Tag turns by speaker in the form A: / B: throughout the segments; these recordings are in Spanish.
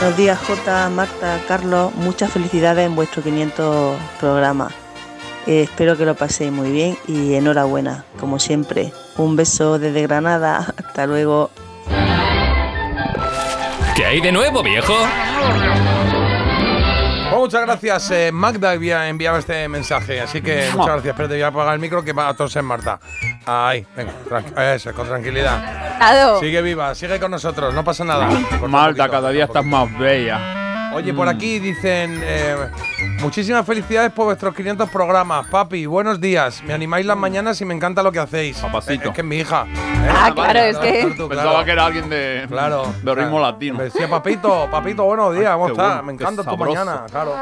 A: Buenos días, J, Marta, Carlos. Muchas felicidades en vuestro 500 programa. Eh, espero que lo paséis muy bien y enhorabuena, como siempre. Un beso desde Granada. Hasta luego.
B: ¿Qué hay de nuevo, viejo?
C: Bueno, muchas gracias. eh, Magda había enviado este mensaje, así que muchas gracias. Espérate, voy a apagar el micro que va a toser Marta. Ahí, venga, tranqui- eso, con tranquilidad.
D: Claro.
C: Sigue viva, sigue con nosotros, no pasa nada. Corta un
E: Malta,
C: poquito,
E: cada día Mm.
C: corta
E: estás
C: un
E: más bella.
C: poquito. Oye, por aquí dicen, eh, muchísimas felicidades por vuestros 500 programas. Papi, buenos días. Me animáis las mañanas y me encanta lo que hacéis.
E: Mm. Papacito.
C: Eh, Es que es mi hija.
D: Ah, claro, es que-
C: Claro.
E: Pensaba que era alguien de,
C: Claro.
E: de ritmo
C: Claro.
E: latino.
C: Me decía, papito, papito, buenos días, ¿cómo
E: qué
C: estás?
E: bueno,
C: Me
E: qué
C: encanta tu
E: sabroso.
C: mañana, claro.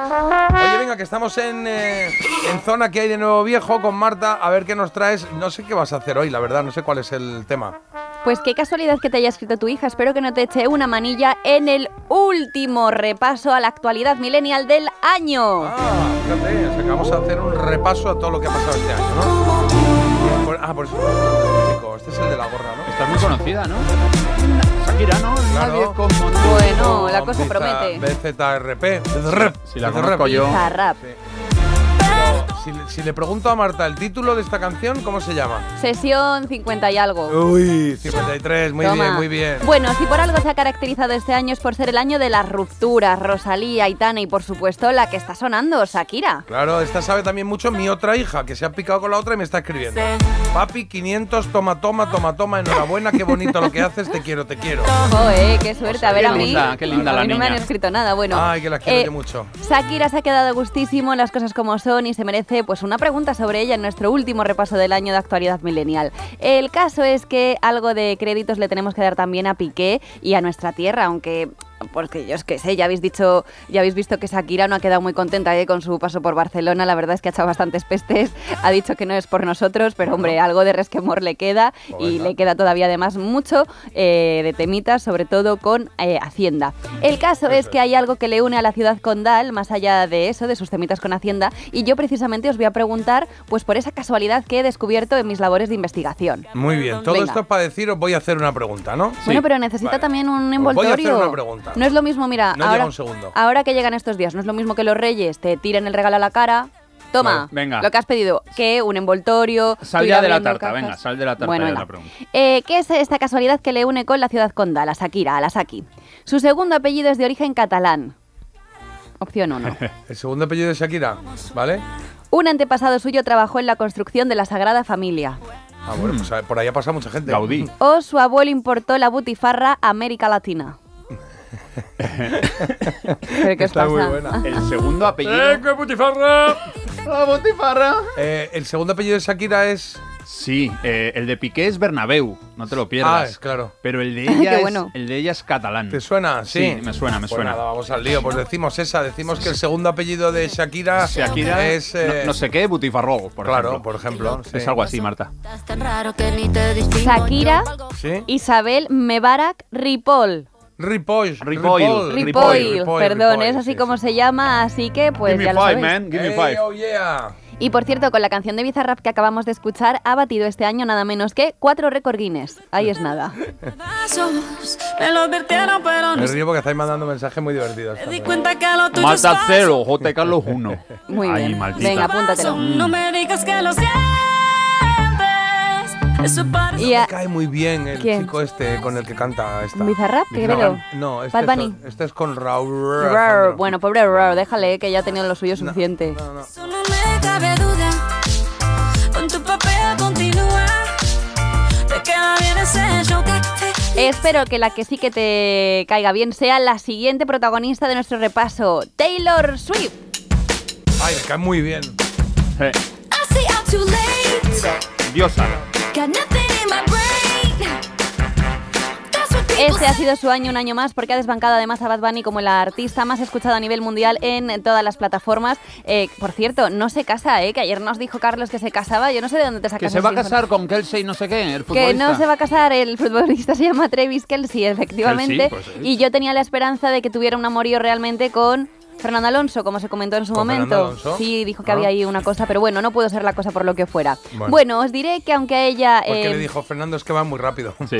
C: Oye, venga, que estamos en, eh, en zona que hay de nuevo viejo con Marta, a ver qué nos traes. No sé qué vas a hacer hoy, la verdad, no sé cuál es el tema.
D: Pues qué casualidad que te haya escrito tu hija. Espero que no te eche una manilla en el último repaso a la actualidad millennial del año.
C: Ah, fíjate, o sea, que vamos a hacer un repaso a todo lo que ha pasado este año, ¿no? Por- ah, por eso. chico, Este es el de la gorra, ¿no?
E: Estás muy conocida, ¿no? Shakira, ¿no? Nadie como tú.
D: Bueno, la cosa
C: Con
D: promete.
C: pizza BZRP. BZRP.
E: Si la conozco yo.
D: Zarrap.
C: Si, le- si le pregunto a Marta el título de esta canción, ¿cómo se llama?
D: Sesión 50 y algo.
C: Uy, 53, muy
D: Toma.
C: bien, muy bien.
D: Bueno, si por algo se ha caracterizado este año es por ser el año de las rupturas, Rosalía, Aitana y por supuesto la que está sonando, Shakira.
C: Claro, esta sabe también mucho mi otra hija, que se ha picado con la otra y me está escribiendo. Papi, 500, toma, toma, toma, toma, enhorabuena, qué bonito lo que haces, te quiero, te quiero.
D: Joder, qué suerte, a ver a
E: Qué
D: mí.
E: linda, qué linda
D: a
E: la
D: mí no me han
E: niña.
D: escrito nada, bueno.
C: Ay, que las quiero
D: Eh,
C: yo mucho.
D: Shakira se ha quedado a gustísimo, las cosas como son y se merece pues una pregunta sobre ella en nuestro último repaso del año de actualidad milenial. El caso es que algo de créditos le tenemos que dar también a Piqué y a nuestra tierra, aunque porque yo es que sé, ya habéis dicho, ya habéis visto que Shakira no ha quedado muy contenta eh, con su paso por Barcelona, la verdad es que ha echado bastantes pestes, ha dicho que no es por nosotros, pero hombre, algo de resquemor le queda y
C: Bueno.
D: le queda todavía además mucho eh, de temitas, sobre todo con eh, Hacienda. El caso es que hay algo que le une a la ciudad condal, más allá de eso, de sus temitas con Hacienda, y yo precisamente os voy a preguntar pues por esa casualidad que he descubierto en mis labores de investigación.
C: Muy bien, todo
D: Venga.
C: esto es para decir, os voy a hacer una pregunta, ¿no?
D: Bueno, pero necesita
C: Vale.
D: también un
C: Os voy a hacer
D: envoltorio.
C: una pregunta.
D: No es lo mismo, mira,
C: No llega
D: Ah, ahora,
C: un segundo.
D: ahora que llegan estos días, no es lo mismo que los reyes te tiren el regalo a la cara. Toma,
E: Vale, venga.
D: lo que has pedido, que un envoltorio.
E: Sal
D: tú ir
E: ya de la
D: abriendo
E: tarta, venga, sal de la tarta
D: Bueno,
E: ya de
D: venga.
E: la pregunta.
D: Eh, ¿Qué es esta casualidad que le une con la ciudad conda, la Shakira, a la Saki? Su segundo apellido es de origen catalán. Opción 1.
C: El segundo apellido de Shakira, ¿vale?
D: Un antepasado suyo trabajó en la construcción de la Sagrada Familia.
C: Ah, bueno, pues a ver, por ahí ha pasado mucha gente.
E: Gaudí.
D: O su abuelo importó la butifarra a América Latina. ¿Pero qué os
C: Está
D: pasa?
C: muy buena. Eh,
E: El segundo apellido.
C: butifarra!
E: ¡La botifarra!
C: Eh, el segundo apellido de Shakira es.
E: Sí, eh, el de Piqué es Bernabéu, no te lo
C: Ah,
E: pierdas.
C: es claro.
E: Pero el de ella,
D: Qué
E: es,
D: bueno.
E: el de ella es catalán.
C: ¿Te suena? Sí.
E: Sí, me suena, me
C: Pues
E: suena.
C: nada, vamos al lío. Pues decimos esa, decimos que el segundo apellido de Shakira,
E: Shakira
C: es. eh,
E: no, no sé qué, Butifarrol, por
C: claro,
E: ejemplo.
C: por ejemplo.
E: Es
C: sí.
E: algo así, Marta.
D: Shakira,
C: ¿Sí?
D: Isabel Mebarak Ripoll.
C: Ripoll.
E: Ripoll.
D: Ripoll,
E: Ripoll,
D: perdón, es así como se llama, así que pues ya lo sabéis.
E: give me
C: Oh yeah.
D: Y por cierto, con la canción de Bizarrap que acabamos de escuchar, ha batido este año nada menos que cuatro récord Guinness. Ahí es nada.
F: Me lo advirtieron, pero
C: Me
F: no se
C: río porque estáis mandando mensajes muy divertidos.
F: di cuenta que lo tuyo es
E: Marta
F: falso.
E: 0, J. Carlos 1.
D: Muy
E: Ahí,
D: bien.
E: maldita.
D: Venga, apúntatelo.
C: Mm.
F: No me digas que lo sientes. Eso parece
D: Y eh, a-
C: Me cae muy bien el
D: ¿Quién?
C: chico este con el que canta esta.
D: ¿Bizarrap? ¿Qué creo?
C: No, este,
D: Bad
C: es-
D: Bunny.
C: este es con Raúl.
D: Rar,
C: Alejandro.
D: Bueno, pobre Rar, déjale que ya ha tenido lo suyo suficiente.
C: No, no.
F: Eso no me cabe duda. Con tu papel continúa. Te queda bien ese show que te
D: Espero que la que sí que te caiga bien sea la siguiente protagonista de nuestro repaso, Taylor Swift.
C: Ay, me cae muy bien.
E: Eh,
F: I see I'm too late.
E: diosa.
F: Got nothing in my brain. That's what people
D: Este ha sido su año un año más porque ha desbancado además a Bad Bunny como la artista más escuchada a nivel mundial en todas las plataformas. Eh, por cierto, no se casa, ¿eh? que ayer nos dijo Carlos que se casaba. Yo no sé de dónde te sacas
E: Que se va a
D: esa
E: casar con Kelsey no sé qué, el futbolista.
D: Que no se va a casar, el futbolista se llama Travis Kelsey, efectivamente.
E: Kelce, pues, sí.
D: Y yo tenía la esperanza de que tuviera un amorío realmente con Fernando Alonso, como se comentó en su
C: ¿Con
D: momento,
C: Fernando Alonso?
D: sí dijo que
C: Ah.
D: había ahí una cosa, pero bueno, no puedo ser la cosa por lo que fuera.
C: Bueno.
D: Bueno, os diré que aunque a ella...
C: Porque
D: eh,
C: le dijo Fernando es que va muy rápido.
E: Sí.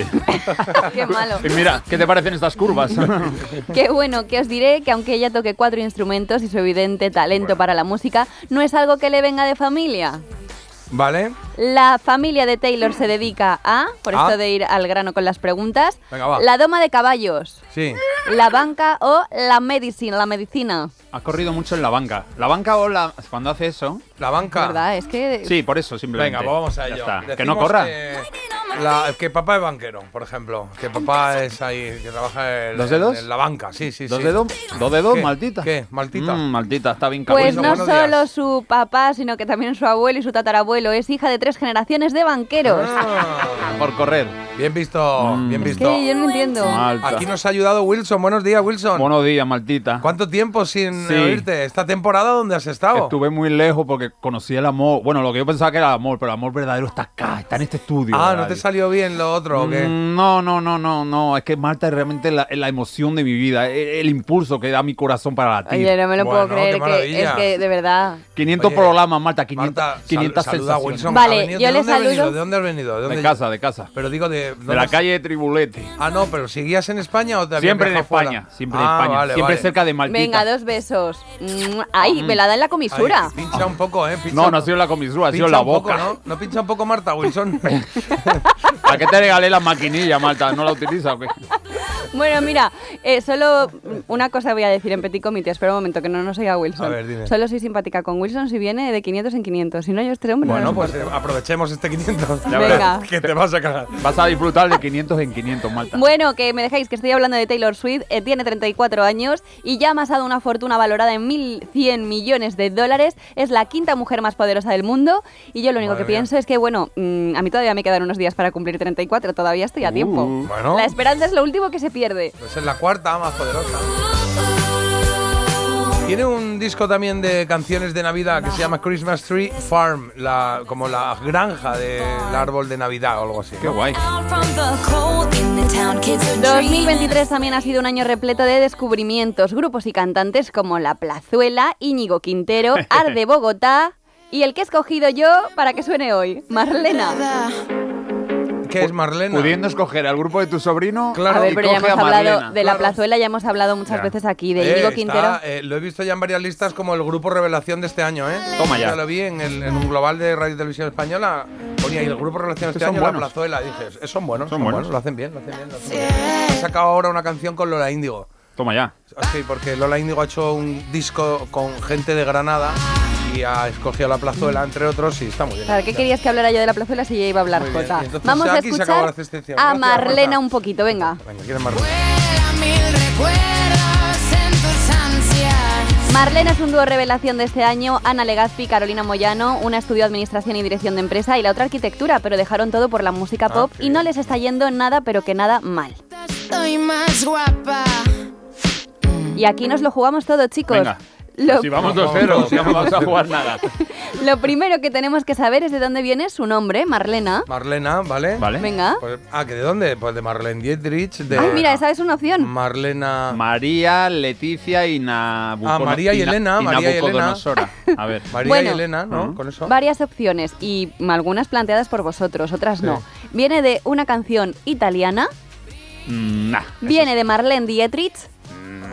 D: qué malo.
E: Y mira, ¿qué te parecen estas curvas?
D: Qué bueno, que os diré que aunque ella toque cuatro instrumentos y su evidente talento para la música, no es algo que le venga de familia.
C: ¿Vale?
D: La familia de Taylor se dedica a, por
C: Ah.
D: esto de ir al grano con las preguntas,
C: Venga, va.
D: la doma de caballos,
C: Sí.
D: la banca o la medicina, la medicina.
E: ha corrido mucho en la banca. La banca o la... Cuando hace eso...
C: La banca.
D: ¿Verdad? Es que
E: Sí, por eso, simplemente.
C: Venga, pues vamos a
E: Ya
C: ello.
E: está. Que
C: Decimos
E: no corra.
C: Que, la- que papá es banquero, por ejemplo. Que papá es ahí, que trabaja en,
E: ¿Dos dedos?
C: en la banca. Sí, sí,
E: Dos
C: sí.
E: dedos, dos dedos,
C: ¿Qué?
E: maldita.
C: ¿Qué? Maldita.
E: Mm, maldita, está bien cabrón.
D: Pues no
C: buenos
D: solo
C: días.
D: su papá, sino que también su abuelo y su tatarabuelo. Es hija de tres generaciones de banqueros.
C: Ah,
E: Por correr.
C: bien visto,
E: Mm.
C: bien
D: Es
C: visto.
D: que yo no entiendo.
E: Malta.
C: Aquí nos ha ayudado Wilson. Buenos días, Wilson.
E: Buenos días, maldita.
C: ¿Cuánto tiempo sin
E: Sí.
C: oírte? ¿Esta temporada dónde has estado?
E: Estuve muy lejos porque conocí el amor. Bueno, lo que yo pensaba que era el amor, pero el amor verdadero está acá, está en este estudio.
C: ah,
E: de
C: ¿no te
E: radio.
C: salió bien lo otro o qué?
E: Mm, No, no, no, no, no. Es que Marta es realmente la, la emoción de mi vida, el, el impulso que da mi corazón para latir.
D: Oye, no me lo
C: Bueno,
D: puedo creer.
C: qué
D: Que, es
C: maravilla.
D: que, de verdad.
E: 500
C: Oye,
E: programas, Marta, 500,
C: Marta, sal-
E: 500
C: saluda a
E: sensaciones.
C: Wilson.
D: Vale,
C: ¿Ha venido-
D: yo
C: ¿De
D: le
C: dónde has venido?
D: saludo.
C: ¿De dónde has venido? ¿De, dónde
E: De casa, de casa.
C: Pero digo de...
E: De
C: ¿dónde
E: la
C: has-
E: calle Tribulete.
C: Ah, no, pero ¿seguías en España o te habías
E: Siempre en
C: viajado fuera?
E: España, siempre en
C: Ah,
E: España.
C: vale,
E: siempre
C: vale.
E: cerca de Martita.
D: Venga, dos besos. Mm, Ay, me la da en la
C: Ahí,
D: comisura.
C: pincha un poco, ¿eh? Pincha
E: No,
C: un-
E: no ha sido la comisura, ha sido
C: pincha
E: la
C: un poco,
E: boca.
C: ¿no? ¿No pincha un poco Marta Wilson?
E: ¿Para qué te regalé la maquinilla, Marta? ¿No la utilizas o qué?
D: Bueno, mira, eh, solo una cosa voy a decir en petit comité. Espera un momento, que no nos oiga Wilson.
C: A ver, dime.
D: Solo soy simpática con Wilson si viene de 500 en 500. Si no, yo este hombre no
C: bueno,
D: lo
C: pues
D: soporto.
C: eh, aprovechemos este 500.
E: Ya
D: verás.
C: Que te vas a cagar.
E: Vas a disfrutar de 500 en 500, Marta.
D: Bueno, que me dejáis que estoy hablando de Taylor Swift, eh, tiene 34 años y ya ha amasado una fortuna valorada en 1.100 millones de dólares, es la quinta mujer más poderosa del mundo y yo lo único
C: Madre
D: que
C: mía.
D: pienso es que, bueno, mm, a mí todavía me quedan unos días para cumplir 34, todavía estoy a tiempo.
C: Uh, bueno.
D: La esperanza es lo último que se pierde.
C: Pues es la cuarta más poderosa. Tiene un disco también de canciones de Navidad que se llama Christmas Tree Farm, la, como la granja del árbol de Navidad o algo así.
E: Qué guay.
F: Out from the cold in the town, kids are dreaming.
D: 2023 también ha sido un año repleto de descubrimientos, grupos y cantantes como La Plazuela, Íñigo Quintero, Arde Bogotá y el que he escogido yo para que suene hoy, Marlena.
C: ¿Qué es Marlena?
E: Pudiendo escoger al grupo de tu sobrino.
C: Claro,
D: a ver,
E: y
D: pero ya
E: coge
D: hemos
E: a Marlena.
D: hablado de La
C: Claro.
D: Plazuela, ya hemos hablado muchas
E: Ya.
D: veces aquí, de
C: Eh,
D: Íñigo
C: está,
D: Quintero.
C: eh, lo he visto ya en varias listas como el grupo revelación de este año, ¿eh?
E: Toma ya.
C: Ya lo vi en, el- en un global de Radio y Televisión Española. Ponía ahí el grupo revelación
E: Es que
C: este
E: son
C: año,
E: buenos.
C: la plazuela. Dices, eh, son buenos,
E: Son
C: son,
E: buenos.
C: buenos. lo hacen bien, lo hacen bien. Lo hacen bien. Han sacado ahora una canción con Lola Índigo.
E: Toma ya.
C: Sí, porque Lola Índigo ha hecho un disco con gente de Granada y ha escogido la plazuela, entre otros, y está muy bien.
D: Claro, ¿qué querías que hablara yo de La Plazuela si ya iba a hablar
C: Muy bien,
D: Jota?
C: y entonces
D: Vamos a
C: aquí se acabó
D: escuchar
C: la cestencia.
D: a
C: Gracias,
D: Marlena
C: Marta.
D: un poquito, venga.
C: Venga, ¿quieres Marlena?
F: Vuela mil recuerdos en tus ansias.
D: Marlena es un dúo revelación de este año, Ana Legazpi, Carolina Moyano, una estudió Administración y Dirección de Empresa y la otra Arquitectura, pero dejaron todo por la música pop
C: qué
D: y no
C: bien.
D: les está yendo nada, pero que nada mal.
F: Estoy más guapa.
D: Y aquí nos lo jugamos todo, chicos.
E: Venga. Pues
D: Lo,
E: Si vamos 2-0, si no vamos a jugar nada.
D: lo primero que tenemos que saber es de dónde viene su nombre, Marlena.
C: Marlena, ¿vale?
E: ¿Vale?
D: Venga.
C: Pues- ah, ¿que de dónde? Pues de Marlene Dietrich, de
D: Ay, Ah, mira, esa es una opción.
C: Marlena...
E: María, Leticia y Nabucodonosor.
C: Ah, María y Elena, María y Elena.
E: A ver.
C: María
D: Bueno.
C: y Elena, ¿no?
E: Ujú.
C: Con eso.
D: Varias opciones y algunas planteadas por vosotros, otras no. Viene de una canción italiana,
E: Mm, nah.
D: viene de Marlene Dietrich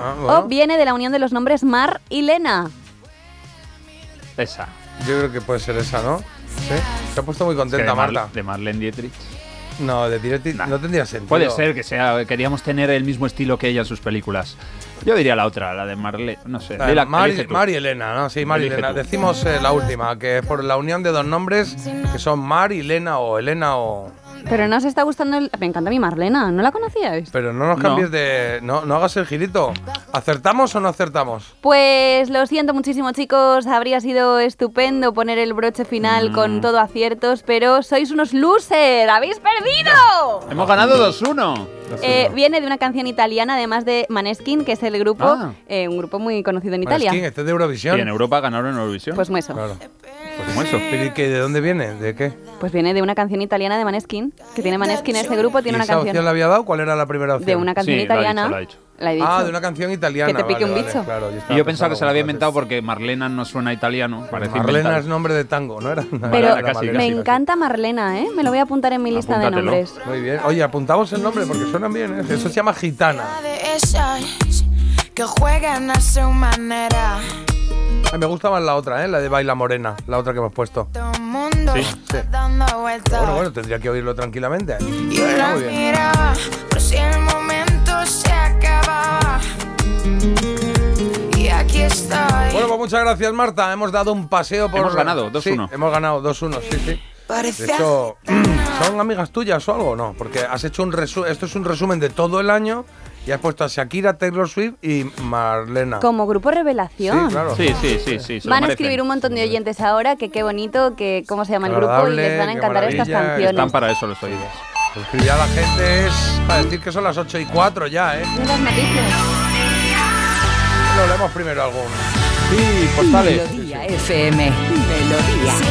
C: Ah, bueno.
D: o viene de la unión de los nombres Mar y Lena.
E: Esa.
C: Yo creo que puede ser esa, ¿no? Sí. Se ha puesto muy
E: Es que
C: contenta
E: de, Mar-
C: Marta.
E: de Marlene Dietrich.
C: No, de Diretti
E: Nah.
C: no tendría sentido.
E: Puede ser que sea. Queríamos tener el mismo estilo que ella en sus películas. Yo diría la otra, la de Marlene. No sé.
C: La-
E: Di la-
C: Mari,
E: elige tú.
C: Mari y Elena, ¿no? Sí, Mari y
E: Elige
C: Elena.
E: tú.
C: Decimos eh, la última, que es por la unión de dos nombres, que son Mar y Elena o Elena o...
D: Pero no os está gustando el... Me encanta mi Marlena, ¿no la conocíais?
C: Pero no nos
E: No.
C: cambies de... No, no hagas el girito. ¿Acertamos o no acertamos?
D: Pues lo siento muchísimo chicos, habría sido estupendo poner el broche final
C: Mm.
D: con todo aciertos, pero sois unos loser, habéis perdido.
E: Hemos ganado 2-1.
D: Eh, viene de una canción italiana, además de Maneskin, que es el grupo,
E: Ah.
D: eh, un grupo muy conocido en Italia.
C: Maneskin, este es de
E: Y
C: Eurovisión.
E: en Europa ganaron en Eurovisión.
D: Pues eso.
C: Claro.
E: Pues como eso.
C: Pero ¿y qué, de dónde viene? ¿De qué?
D: Pues viene de una canción italiana de Maneskin, que tiene Maneskin en este grupo,
C: ¿Y
D: tiene una
C: esa opción
D: canción
C: la había dado? ¿Cuál era la primera opción?
D: de una canción
E: Sí, lo ha dicho,
D: italiana
E: lo ha dicho.
D: La he dicho.
C: Ah, de una canción italiana.
D: Que te pique
C: vale,
D: un
C: vale,
D: bicho.
C: claro, yo estaba
E: Y yo pensaba que se la había
C: pensando,
E: inventado porque Marlena no suena italiano. Parece
C: Marlena
E: inventado.
C: es nombre de tango, ¿no era?
D: Pero
E: Marlena, casi,
D: me
E: casi, casi.
D: encanta Marlena, ¿eh? Me lo voy a apuntar en mi lista de
E: Apúntatelo.
D: nombres.
C: Muy bien. Oye, apuntamos el nombre porque suenan bien, ¿eh? Eso se llama Gitana.
B: de esas que juegan a su manera.
C: Ay, me gusta más la otra, ¿eh? La de Baila Morena, la otra que hemos puesto.
B: Todo el mundo está dando vueltas.
C: Bueno, bueno, tendría que oírlo tranquilamente.
B: Yo
C: Está
B: la
C: muy bien.
B: miraba por si el momento se acababa. Y aquí estoy.
C: Bueno, pues muchas gracias, Marta. Hemos dado un paseo por.
E: Hemos ganado,
C: Sí,
E: 2-1.
C: hemos ganado 2-1, sí, sí.
B: Parece
C: De hecho, ¿son amigas tuyas o algo? No, porque has hecho un resumen. Esto es un resumen de todo el año y has puesto a Shakira, Taylor Swift y Marlena.
D: Como grupo revelación.
C: Sí, claro.
E: Sí, sí, sí, sí. se lo
D: Van a
E: merecen.
D: escribir un montón de oyentes ahora que qué bonito, que cómo se llama el grupo y
C: Agradable,
D: les van a
C: qué
D: encantar estas
C: maravilla,
E: Están
D: canciones.
E: para eso los oídos.
C: Pues Escribir a la gente es para decir que son las 8 y 4 ya, ¿eh?
D: Muchas noticias.
C: Lo leemos primero algún.
E: Sí, postales.
G: Melodía FM. Melodía.